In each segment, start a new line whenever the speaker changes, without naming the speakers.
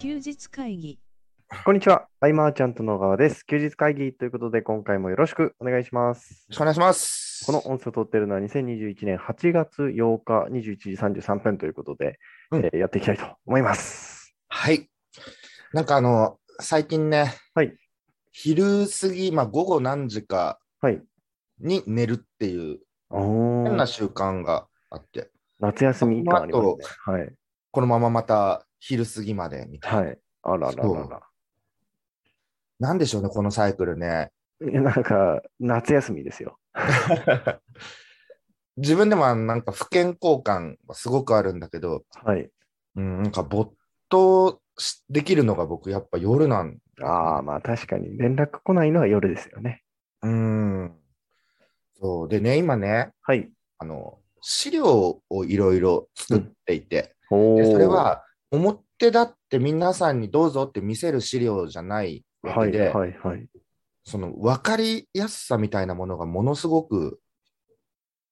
休日会議
こんにちは。アイマーちゃんと野川です。休日会議ということで、今回もよろしくお願いします。
お願いします。
この音声を撮っているのは2021年8月8日21時33分ということで、
うん
えーやっていきたいと思います。
はい。なんかあの、最近ね、
はい
昼過ぎ、まあ午後何時か
はい。
に寝るっていう
お
変
ー
な習慣があって、
夏休み感ありますね
この。
はい。
このまままた昼過ぎまでみたい
はい。あららら
そ
ら
な。なんでしょうね、このサイクルね。
いや。なんか、夏休みですよ。
自分でもあのなんか不健康感はすごくあるんだけど、
はい。
うん、なんか没頭しできるのが僕やっぱ夜なん
ああ、まあ確かに連絡来ないのは夜ですよね。
うん。そう。でね、今ね、
はい。
あの、資料をいろいろ作っていて、
お
で
ー
それ、は表だって皆さんにどうぞって見せる資料じゃないわ
は
け
い
で、
はいはい。
その分かりやすさみたいなものがものすごく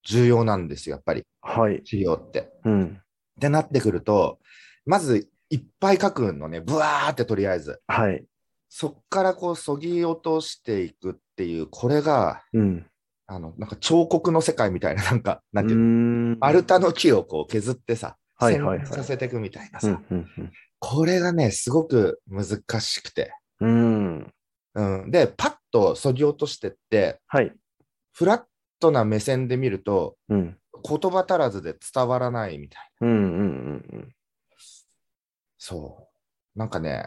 重要なんですよ、やっぱり
はい。
資料って。
うん。
ってなってくると、まずいっぱい書くのね、ブワーってとりあえず。
はい。
そっからこう、そぎ落としていくっていう、これが、
うん。
あの、なんか彫刻の世界みたいな、なんか、なんていうの
うーん
アルタの木をこう削ってさ、
はい
線
はい
引きさせていくみたいな
う
さ、
んうんうん
これがね、すごく難しくて、
うん。
うん、で、パッと削ぎ落としてって、
はい。
フラットな目線で見ると、
うん。
言葉足らずで伝わらないみたいな。
うんうんうん
そう。なんかね、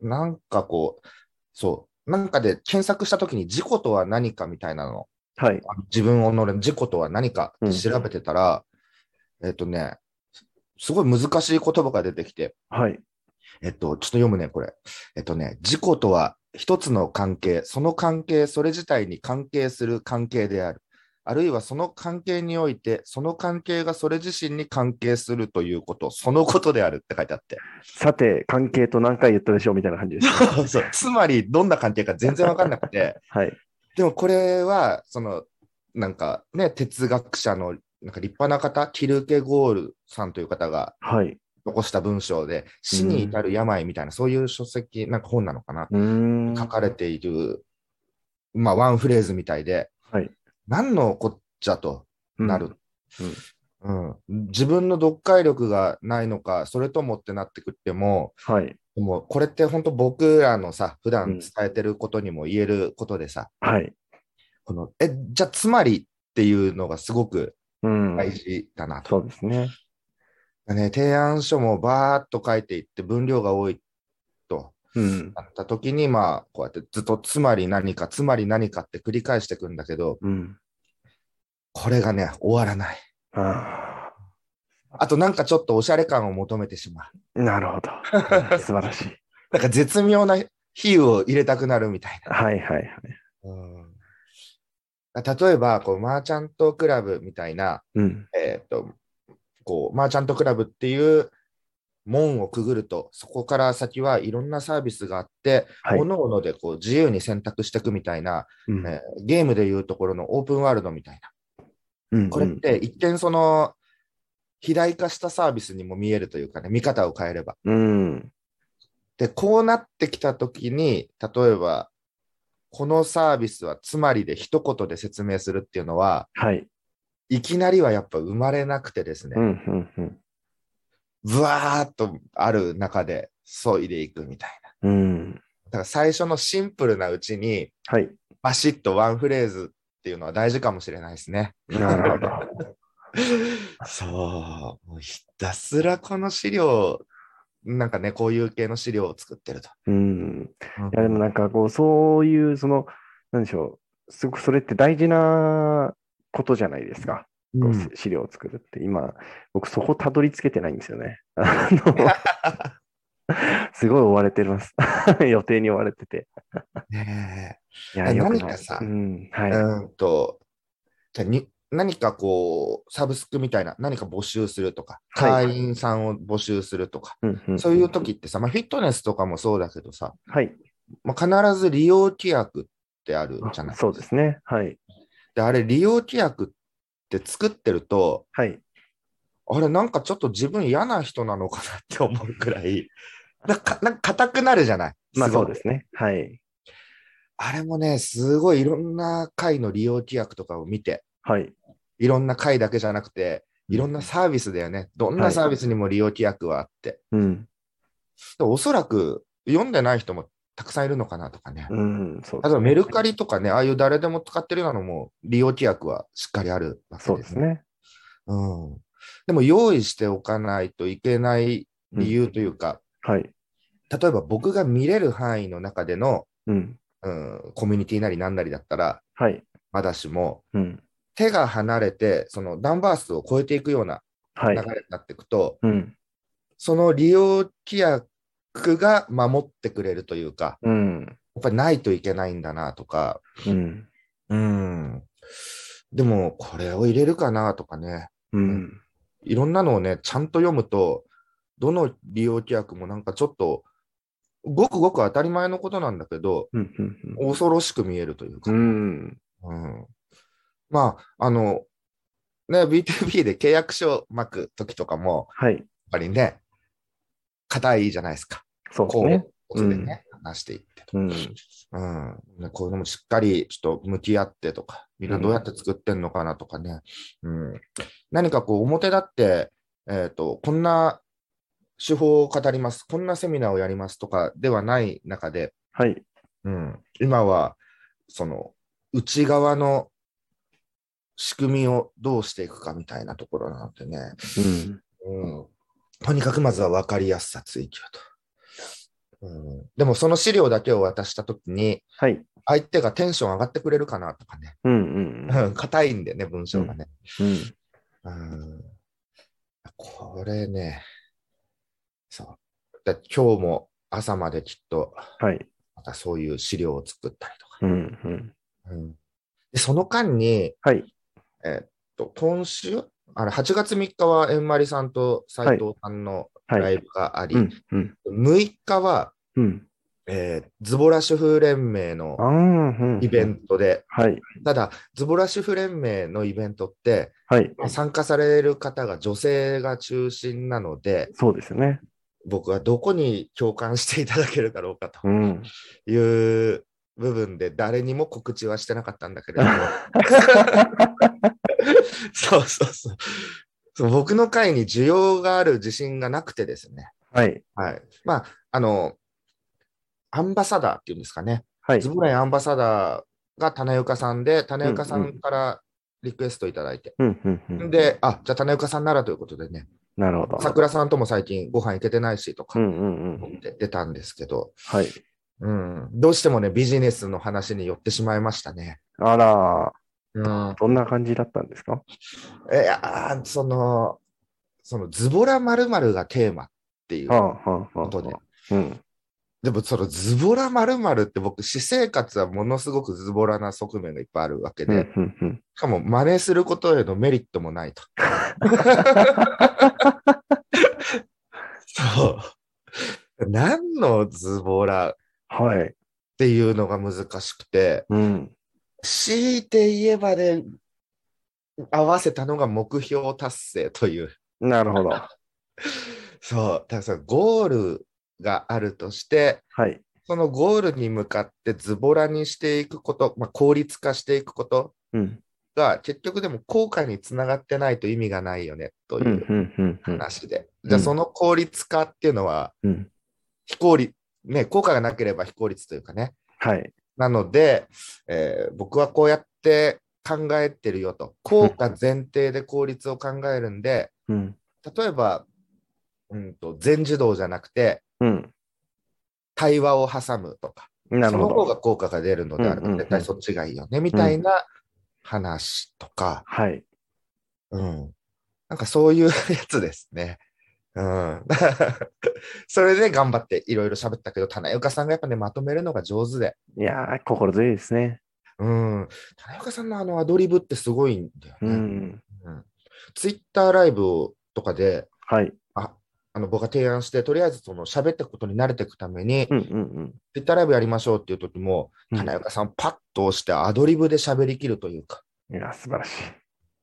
なんかこう、そう、なんかで検索したときに、事故とは何かみたいなの、
うん。はい。
あの自分をのれ、事故とは何かって調べてたら、えっとね、すごい難しい言葉が出てきて、
はい。
えっと、ちょっと読むね、これ。えっとね、事故とは一つの関係、その関係、それ自体に関係する関係である。あるいはその関係において、その関係がそれ自身に関係するということ、そのことであるって書いてあって。
さて、関係と何回言ったでしょうみたいな感じですね。
そうつまり、どんな関係か全然わかんなくて、
はい。
でもこれは、その、なんかね、哲学者のなんか立派な方、キルケゴールさんという方が
はい。
残した文章で、死に至る病みたいな、そういう書籍、なんか本なのかな。
うーん。
書かれている、まあ、ワンフレーズみたいで、
はい
何のこっちゃとなる、
うん
うん自分の読解力がないのか、それともってなってくっても、
はい。
でもこれって本当僕らのさ、
う
普
ん
段伝えてることにも言えることでさ、
はい。
このえじゃあつまりっていうのがすごく
うん。
大事だなと。
そうですね。
ね、提案書もバーっと書いていって分量が多いと。
うん。
なった時に、まあ、こうやってずっとつまり何か、つまり何かって繰り返していくんだけど、
うん。
これがね、終わらない。
あ
あとなんかちょっとおしゃれ感を求めてしまう。
あ。なるほ ど。素晴らしい。
なんか絶妙な比喩を入れたくなるみたいな。
はいはいはい。
うん例えば、こう、マーチャントクラブみたいな、
うん。
えーっと、こう、マーチャントクラブっていう門をくぐると、そこから先はいろんなサービスがあって、
はい
各々でこう自由に選択していくみたいな、
うん
えーゲームでいうところのオープンワールドみたいな。
うん
これって一見その肥大化したサービスにも見えるというかね、見方を変えれば。
うん。
で、こうなってきたときに、例えば、このサービスはつまりで一言で説明するっていうのは、
はい。
いきなりはやっぱ生まれなくてです
う
ね、
んうんうん。
ぶわーっとある中で削いでいくみたいな。
うん。
だから最初のシンプルなうちに、
はい。
バシッとワンフレーズっていうのは大事かもしれないですね。
なるほど。
そう、もうひたすらこの資料、なんかね、こういう系の資料を作ってると。
うん。いやでもなんかこう、そういう、その、なんでしょう、すごくそれって大事なことじゃないですか。こう
うん
資料を作るって。今、僕そこたどり着けてないんですよね。あ のすごい追われてます。 予定に追われてて。
ね
いや、
え
よくない
何かさ
うん。
え。
はいう
ーんと、じゃあに何かこう、サブスクみたいな、何か募集するとか、
はい
会員さんを募集するとか、
うんん
そういう時ってさ、まあ、フィットネスとかもそうだけどさ、
はい。
まあ、必ず利用規約ってあるじゃない
そうですね。はい。
であれ、利用規約って作ってると、
はい。
あれ、なんかちょっと自分嫌な人なのかなって思うくらい、 なんか、なんか硬くなるじゃない。
まあ
ご
そ
いう
ですね。はい。
あれもね、すごいいろんな会の利用規約とかを見て、
はい。
いろんな会だけじゃなくて、いろんなサービスだよね。どんなサービスにも利用規約はあって。
うん。
でおそらく読んでない人もたくさんいるのかなとかね。
うん。そう
例えばメルカリとかね、ああいう誰でも使ってるようなのも利用規約はしっかりあるわけ
そうです。ね。
うん。でも用意しておかないといけない理由というか、
はい。
例えば僕が見れる範囲の中での、
うん。
うん、コミュニティなりなんなりだったら、
はい。
まだしも、
うん。
手が離れて、そのダンバースを超えていくような
は
流
い
れに。なっていくと、
うん。
その利用規約が守ってくれるというか、
うん。
やっぱりないといけないんだなとか、
うん。
うん。でも、これを入れるかなとかね、
うん。
いろんなのをね、ちゃんと読むと、どの利用規約もなんかちょっと、ごくごく当たり前のことなんだけど、
うん。うん
恐ろしく見えるという
う
か、
ん。
うんまあ、あの、ね、B2B で契約書を巻くときとかも、
はい。
やっぱりね、硬いじゃないですか。
そうです
こ
ね。
う、でね、話していってと。
うん。
うん。ねこういうのもしっかりちょっと向き合ってとか、みんなどうやって作ってんのかなとかね。うん。何かこう、表立って、えっ、と、こんな手法を語ります、こんなセミナーをやりますとかではない中で、
はい。
うん、今は、その、内側の仕組みをどうしていくかみたいなところなのでね、
うん。
うん、とにかくまずは分かりやすさ追求と。うん、でもその資料だけを渡したときに、
はい。
相手がテンション上がってくれるかなとかね、
うん。うん。
うん硬いんでね、文章がね。
うん。
うん、これね、そう。だ今日も朝まできっと、
はい。
またそういう資料を作ったりとか。
うん。うん。
うんでその間に、
はい。
えーっと、今週、あれ8月3日は、えんまりさんと斉藤さんの
は
ライ
い。
ブがあり、
うん。うん。
6日は、
うん。
えーズボラ主婦連盟の
ああ、うん。
イベントで、
はい。
ただ、ズボラ主婦連盟のイベントって、
はい。
まあ参加される方が女性が中心なので、
そうですよね。
僕はどこに共感していただけるだろうか
う
と
ん。
いう部分で、誰にも告知はしてなかったんだけ れども、そうそうそうそう。僕の会に需要がある自信がなくてですね。
はい。
はい。まあ、あの、アンバサダーっていうんですかね。
はい
ズ。ボラインアンバサダーが種岡さんで、種岡さ
うんうん
からリクエストいただいて。
うん。うん。うん。
で、あ、じゃあ種岡さんならということでね、
なるほど。
桜さんとも最近ご飯行けてないしと
う
か
ん。うん。うん。
思って出たんですけど、
はい。
うん、どうしてもね、ビジネスの話に寄ってしまいましたね。
あら、
うん、
どんな感じだったんですか
いやーその、そのズボラまるがテーマっていう
はあ、
こ
はあ、は
とで、
あ。うん。
でもそのズボラまるって僕、私生活はものすごくズボラな側面がいっぱいあるわけ
う
で、
ん。
し
うん。うん。
かも真似することへのメリットもないと。そう。何のズボラっ
はい。
ていうのが難しくて、
うん。
強いて言えばね、合わせたのが目標達成という。
なるほど。
そう、たださ、ゴールがあるとして、
はい。
そのゴールに向かってズボラにしていくこと、まあ、効率化していくこと
うん。
が、結局でも効果につながってないと意味がないよねと
う
い
ん
う。
うん。うん。うん。
話で。
うん
じゃあ、その効率化っていうのは、
うん。
非効率、ね、効果がなければ非効率というかね。
はい。
なので、えー僕はこうやって考えてるよと。効果前提で効率を考えるんで、
うん。
例えば、うんと、全自動じゃなくて、
うん。
対話を挟むとか、
な
そ
る
の
ほ
方
ど。
が効果が出るのであれ
うんうんう
ば、
ん
絶対そっちがいいよね、みたいな話とか、
はい。
うん。なんかそういうやつですね。うん。 それで頑張っていろいろ喋ったけど、種岡さんがやっぱね、まとめるのが上手で、
いやー、心強いですね。
うん。種岡さんのあのアドリブってすごいんだよ
う
ね。
ん。
ツイッターライブをとかで、
はい。
あ、あの僕が提案して、とりあえずその喋ったことに慣れていくために、
うんうんうん
ツイッターライブやりましょうっていう時も、
うん。
花岡さんパッと押してアドリブで喋りきるというか、
いや、素晴らしい。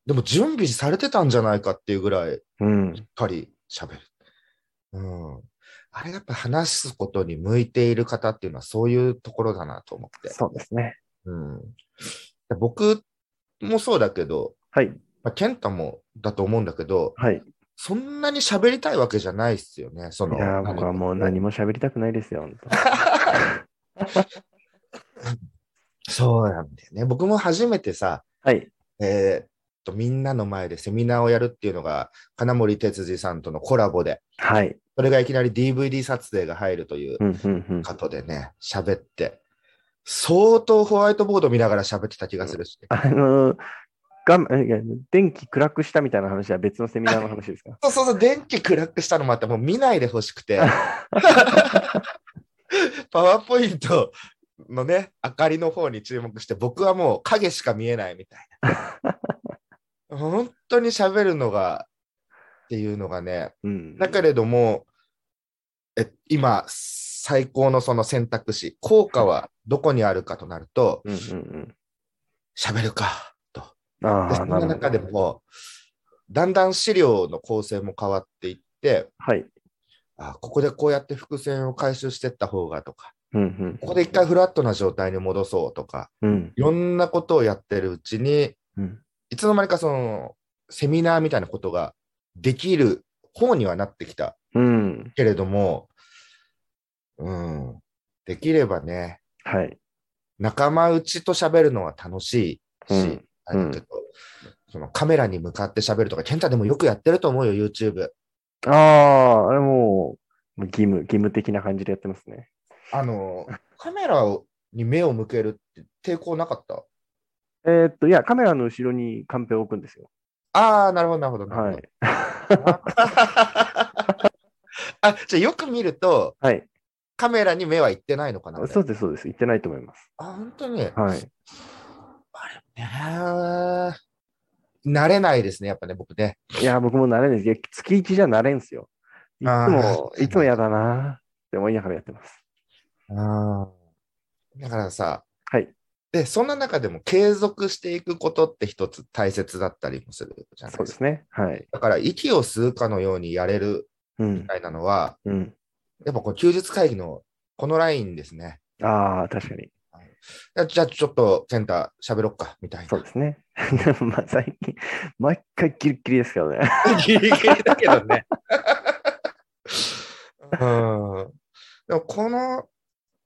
でも準備されてたんじゃないかっていうぐらい、し
うん。
っかり喋る。うん。あれやっぱ話すことに向いている方っていうのはそういうところだなと思って。
そうですね。
うん、僕もそうだけど、
はい。
まあ、健太もだと思うんだけど、
はい。
そんなに喋りたいわけじゃないっすよね。その
いやー、僕はもう何も喋りたくないですよ、本当
そうなんだよね。僕も初めてさ、
はい。
えーっと、みんなの前でセミナーをやるっていうのが、金森哲司さんとのコラボで、
はい。
それがいきなり DVD 撮影が入るという
うん、うん、 うん。
ことでね、喋って、相当ホワイトボード見ながら喋ってた気がするし。
あのー、画面いや電気暗くしたみたいな話は別のセミナーの話ですか
そうそうそう、電気暗くしたのもあって、もう見ないでほしく て、パワーポイントのね、明かりの方に注目して、僕はもう影しか見えないみたいな。本当に喋るのがっていうのがね、
うん。
だけれども、え今、最高のその選択肢、効果はどこにあるかとなると、
うんうん
喋るかと。
うん。ああ、
でそん
な
な
るほ
中
ど
で。も、だんだん資料の構成も変わっていって、
はい。
あここでこうやって伏線を回収していった方がとか、
うんうん。
ここで一回フラットな状態に戻そうとか、
うん
いろんなことをやってるうちに、
うん。
いつの間にかそのセミナーみたいなことができる方にはなってきた
うん。
けれども、うん、できればね、
はい。
仲間内と喋るのは楽し
う
いし、
ん
あれだけど、そのカメラに向かって喋るとか、健太でもよくやってると思うよ、YouTube。
ああ、あれもう、もう義務、義務的な感じでやってますね。
あの、カメラに目を向けるって抵抗なかった
えーっと、いや、カメラの後ろにカンペを置くんですよ。
ああ、なるほど、なるほど。なるほ
は
ど
い。
あ、じゃあよく見ると、
はい。
カメラに目は行ってないのかな。
そうです、そうです。言ってないと思います。
あ、本当に。
はい。
ねー慣れないですね、やっぱね、僕ね。
いや、僕も慣れないですいや。月1じゃ慣れんすよ。いつも、
あー
いつも嫌だなって思いながらやってます。
あーだからさ、
はい。
で、そんな中でも継続していくことって一つ大切だったりもするじゃない
そう
です
です
か。
ね。はい。
だから、息を吸うかのようにやれる
う
み
ん。
たいなのは、
うん。
やっぱこう休日会議のこのラインですね。
ああ、確かに。
じゃあちょっと健太喋ろっかみたいな。
そうですね。 でもまあ最近、毎回ギリギリですけどね。
ギリギリだけどね。うん。でもこの、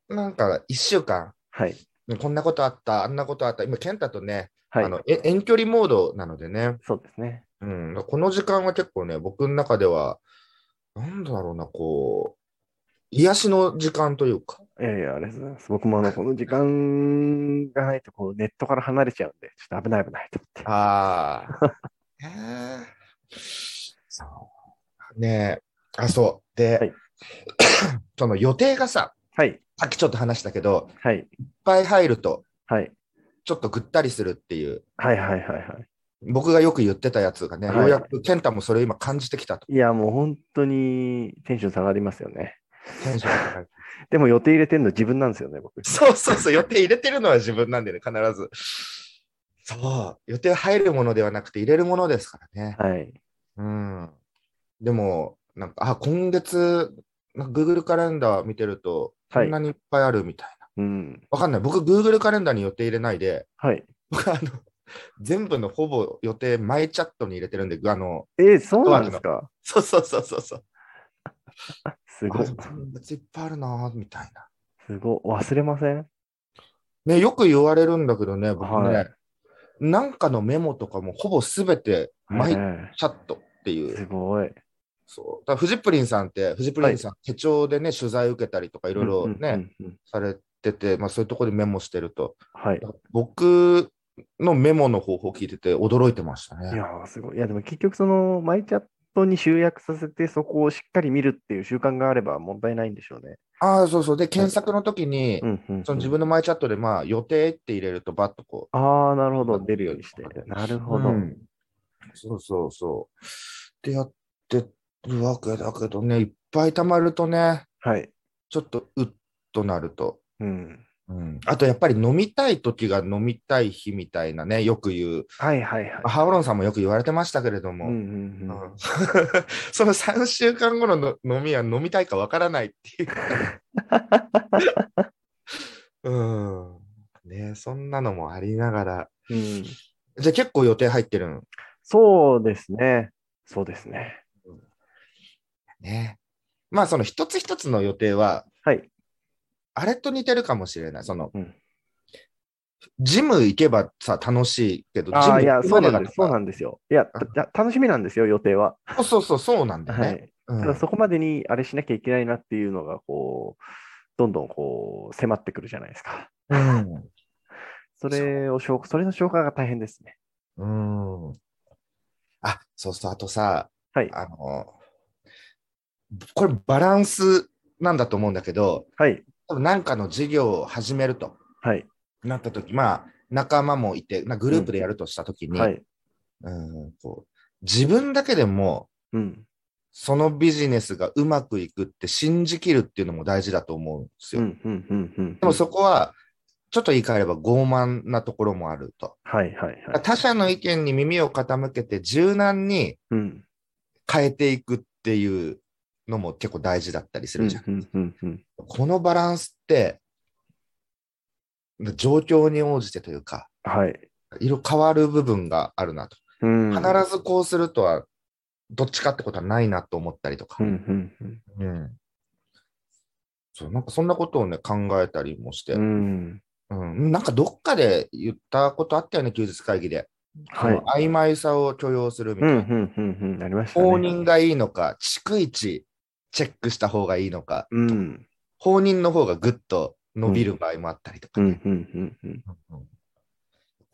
なんか1週間、
はい。
こんなことあった、あんなことあった、今、健太とね、
はい
あ。のえ遠距離モードなのでね、
そうですね。
うん、この時間は結構ね、僕の中では、なんだろうな、こう、癒しの時間というか、
いやいや、ありがとうございます。僕もあの、この時間がないと、こう、ネットから離れちゃうんで、ちょっと危ない危ないと思って。
ああ。 ねえそう。ねえ。あ、そう。で、
はい
その予定がさ、
はい。
さっきちょっと話したけど、
はい。
いっぱい入ると、
はい。
ちょっとぐったりするっていう、
はいはいはいは
僕がよく言ってたやつがね、
はい
ようやく健太もそれを今感じてきたと。
い。いや、もう本当にテンション下がりますよね。
テンションが上がる
でも予定入れてんの自分なんですよね、僕。
そうそうそう、予定入れてるのは自分なんでね、必ず。そう、予定入るものではなくて入れるものですからね。
はい。
うん。でも、なんか、あ、今月、なんか Google カレンダー見てると、こ
はい
んなにいっぱいあるみたいな。
うん。
わかんない。僕、Google カレンダーに予定入れないで、
はい。
僕、あの、全部のほぼ予定、マイチャットに入れてるんで、あの、
えーそうなんですか
そうそうそうそうそう。
すご
あ、
い。
今月いっぱいあるなぁ、みたいな。
すごい。忘れません
ね、よく言われるんだけどね、僕ね、
はい
なんかのメモとかもほぼすべてマイチ
え
ャットっていう
え。すごい。
そう。だからフジプリンさんって、フジプリンさん、手帳でね、取材受けたりとか、いろいろね、
うんうんうん
されてて、まあ、そういうところでメモしてると、
はい。
僕のメモの方法を聞いてて驚いてました
い
ね
や。ー、すごい。いや、でも結局、その、マイチャットに集約させて、そこをしっかり見るっていう習慣があれば問題ないんでしょうね。
ああ、そうそう。で、検索の時に、
うんうんうん、
その自分のマイチャットで、まあ、予定って入れると、バッとこ
ああ、なるほど。出るようにして。なる
う。
ほど。
うんそうそうそう。ってやってるわけだけどね、いっぱい溜まるとね、
はい。
ちょっとうっとなると。
うん。
うん、あとやっぱり飲みたい時が飲みたい日みたいなね、よく言う、
はいはいはい。
ハオロンさんもよく言われてましたけれども、
うんうんう
うん
ん、
その3週間後のの飲みは飲みたいかわからないっていう。 うん。ねそんなのもありながら。
うん
じゃあ結構予定入ってるん
そうですね。そうですね。
ね。まあその一つ一つの予定は、
はい。
あれと似てるかもしれない。その、
うん
ジム行けばさ、楽しいけど、ジ
あ
ム
あ、いや、
行
そう
くま
なんです。そう
が
なんですよ。いや、たいや楽しみなんですよ、予定は。
さそうそうそう、そうなんだよ
は
ね。
い。
う
た
ん
だそこまでにあれしなきゃいけないなっていうのが、こう、どんどんこう、迫ってくるじゃないですか。それを消化、それの消化が大変ですね。
うん。うん。あ、そうそう、あとさ、
はい。
あの、これバランスなんだと思うんだけど、
はい。
多分なんかの事業を始めると
はい。
なった時、まあ、仲間もいて、なグループでやるとした時に、
はい。
うんこう自分だけでも
うん。
そのビジネスがうまくいくって信じきるっていうのも大事だと思うんです
う
よ。
ん。うん。うん。うん。
でもそこは、ちょっと言い換えれば傲慢なところもあると。
はい。はい。はい。
他者の意見に耳を傾けて柔軟に
うん。
変えていくっていうのも結構大事だったりするじゃん。
うん。うん。うん。
このバランスって、状況に応じてというか、
はい。
色変わる部分があるなと。
うん。
必ずこうするとは、どっちかってことはないなと思ったりとか。
うん。うん。うん
うん。そう、なんかそんなことをね、考えたりもして、
う
うん
ん。
なんかどっかで言ったことあったよね、休日会議で。
はい。
その曖昧さを許容するみ
う
た
ん。
いうな。
ん。うん。うん。なりました
放
ね。
任がいいのか、逐一チェックした方がいいのか、
うん。
放任の方がぐっと伸びる場合もあったりとか
う
ね、
ん。うん。うん。うん。
うん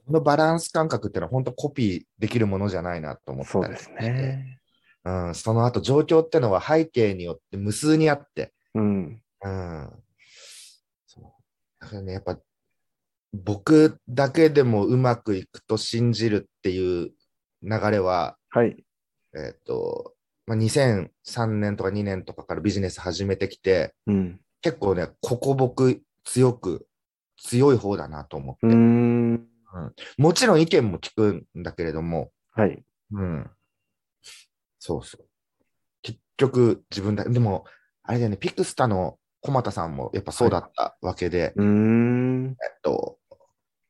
このバランス感覚ってのは本当コピーできるものじゃないなと思った
そう
り
で
して
すね。
うん、その後状況ってのは背景によって無数にあって、
うん。
うん。そう。だからね、やっぱ、僕だけでもうまくいくと信じるっていう流れは、
はい。
えっ、と、まあ、2003年とか2年とかからビジネス始めてきて、
うん。
結構ね、ここ僕強く、強い方だなと思って。
うーん。
もちろん意見も聞くんだけれども、
はい。
うん。そうそう。結局自分だ、でも、あれだよね、ピクスタの駒田さんもやっぱそうだったわけで、
うーん。
えっと、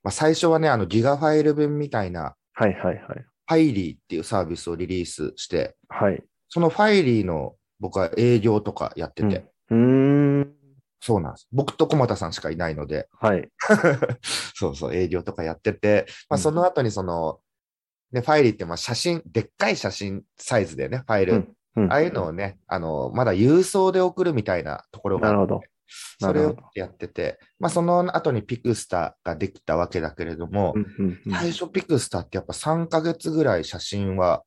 まあ、最初はね、あのギガファイル分みたいな、
はいはい
ファイリーっていうサービスをリリースして、
はい。はい。
そのファイリーの僕は営業とかやってて、
うん。うーん。
そうなんです。僕と駒田さんしかいないので、
はい。
そうそう、営業とかやってて、ま
うん
あ、その後にその、ね、ファイリーってまあ写真、でっかい写真サイズでね、ファイル、
うんうん
ああいうのをね、あの、まだ郵送で送るみたいなところがあ
な
って
るほど。
それ
な
を
るほ
やってて、まあ、その後にピクスタができたわけだけれども、
うんうんうん
最初ピクスタってやっぱ3ヶ月ぐらい写真は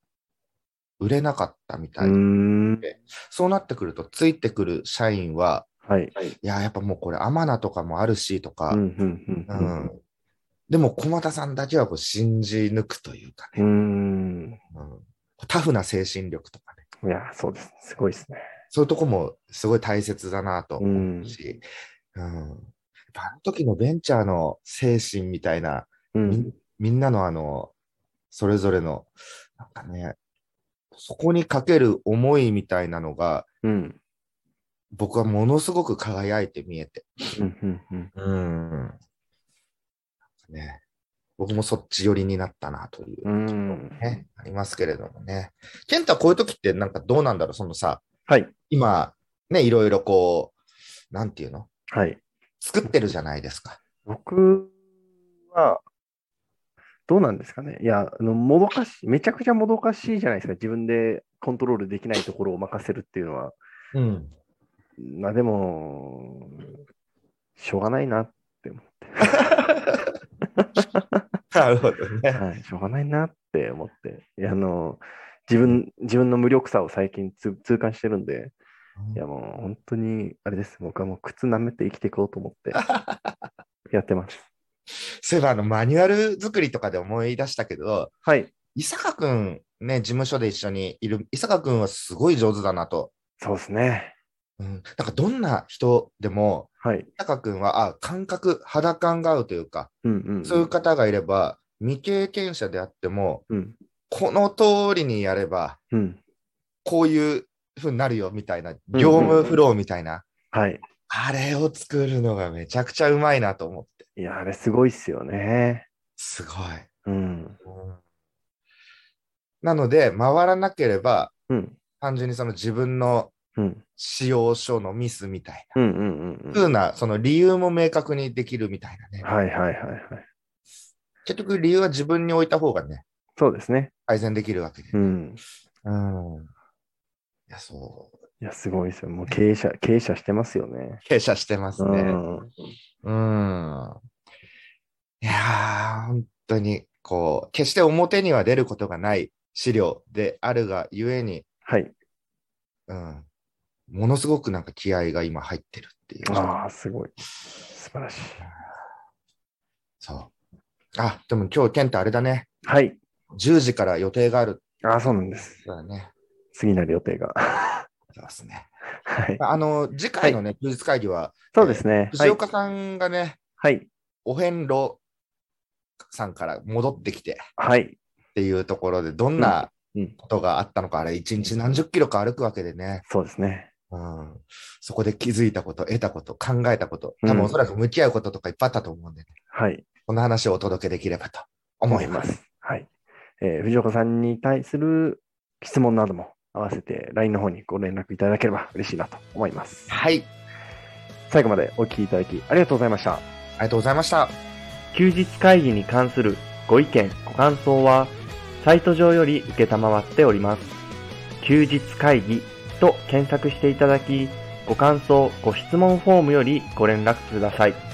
売れなかったみたい。
うーん。
そうなってくると、ついてくる社員は、
はい。
いや、やっぱもうこれ、アマナとかもあるしとか、
う
うん
んうんうんうん
でも、駒田さんだけはこう信じ抜くというか
うー
ね、
ん。
うんタフな精神力とかね、
いや、そうです。すごいですね。
そういうとこもすごい大切だな
う
と思
ん
う。し、うんやっぱあの時のベンチャーの精神みたいな、
うん。
みんなのあの、それぞれの、なんかね、そこにかける思いみたいなのが、
うん。
僕はものすごく輝いて見えて。
うんうんうん。
うん。ね、僕もそっち寄りになったなという
う、ん。
ね、ありますけれどもね。ケンタはこういう時ってなんかどうなんだろう、そのさ、
はい。
今、ね、いろいろこう、なんていうの
はい。
作ってるじゃないですか。
僕は、どうなんですかね。いや、あのもどかしい、めちゃくちゃもどかしいじゃないですか。自分でコントロールできないところを任せるっていうのは。
うん。
まあでも、しょうがないなって思って。
なるほどね。
はい、しょうがないなって思って。いやあの自分自分の無力さを最近つ痛感してるんで、 いやもう本当にあれです。僕はもう靴舐めて生きていこうと思 ってやってます。
そういえばあのマニュアル作りとかで思い出したけど、
はい、
伊坂くん、ね、事務所で一緒にいる、伊坂くんはすごい上手だなと
そうですね。
うん、なんかどんな人でも、
はい。
高君は、あ、感覚、肌感が合うというか、
うんうんうん。
そういう方がいれば、未経験者であっても、
うん。
この通りにやれば、
うん。
こういう風になるよみたいな、業務フローみたいな、
はい。
あれを作るのがめちゃくちゃうまいなと思って。
いや、あれすごいっすよね。
すごい。
うん。
なので、回らなければ、
うん。
単純にその自分の
うん。
使用書のミスみたい
うんうんうん
な、
うん。
風な、その理由も明確にできるみたいなね。
はいはいはいはい。
結局理由は自分に置いた方がね、
そうですね。
改善できるわけで。
うん。
うん。いや、そう。
いや、すごいですよ。もう経営者、経営者してますよね。
傾斜してます
う
ね。
ん。
うん。いやー、本当に、こう、決して表には出ることがない資料であるがゆえに、
はい。
うん、ものすごくなんか気合が今入ってるっていう。
ああ、すごい。素晴らしい。
そう。あ、でも今日、ケンタあれだね。
はい。
10時から予定がある
ああ、そうなんです。
からね。
次なる予定が。
そうですね。
はい。
あの、次回のね、休日会議は、
そうですね。は
藤
い。
岡さんがね、
はい。
お遍路さんから戻ってきて
はい。
っていうところで、どんな
うんうん
ことがあったのか、あれ、1日何十キロか歩くわけでね、
そうですね。
うん、そこで気づいたこと、得たこと、考えたこと、
うん
多分おそらく向き合うこととかいっぱいあったと思うんで、ね、
はい。
この話をお届けできればと思います。
す。はい。えー藤岡さんに対する質問なども合わせて LINE の方にご連絡いただければ嬉しいなと思います。
はい、
最後までお聞きいただきありがとうございました。
ありがとうございました。
休日会議に関するご意見、ご感想は、サイト上より受けたまわっております。休日会議と検索していただき、ご感想、ご質問フォームよりご連絡ください。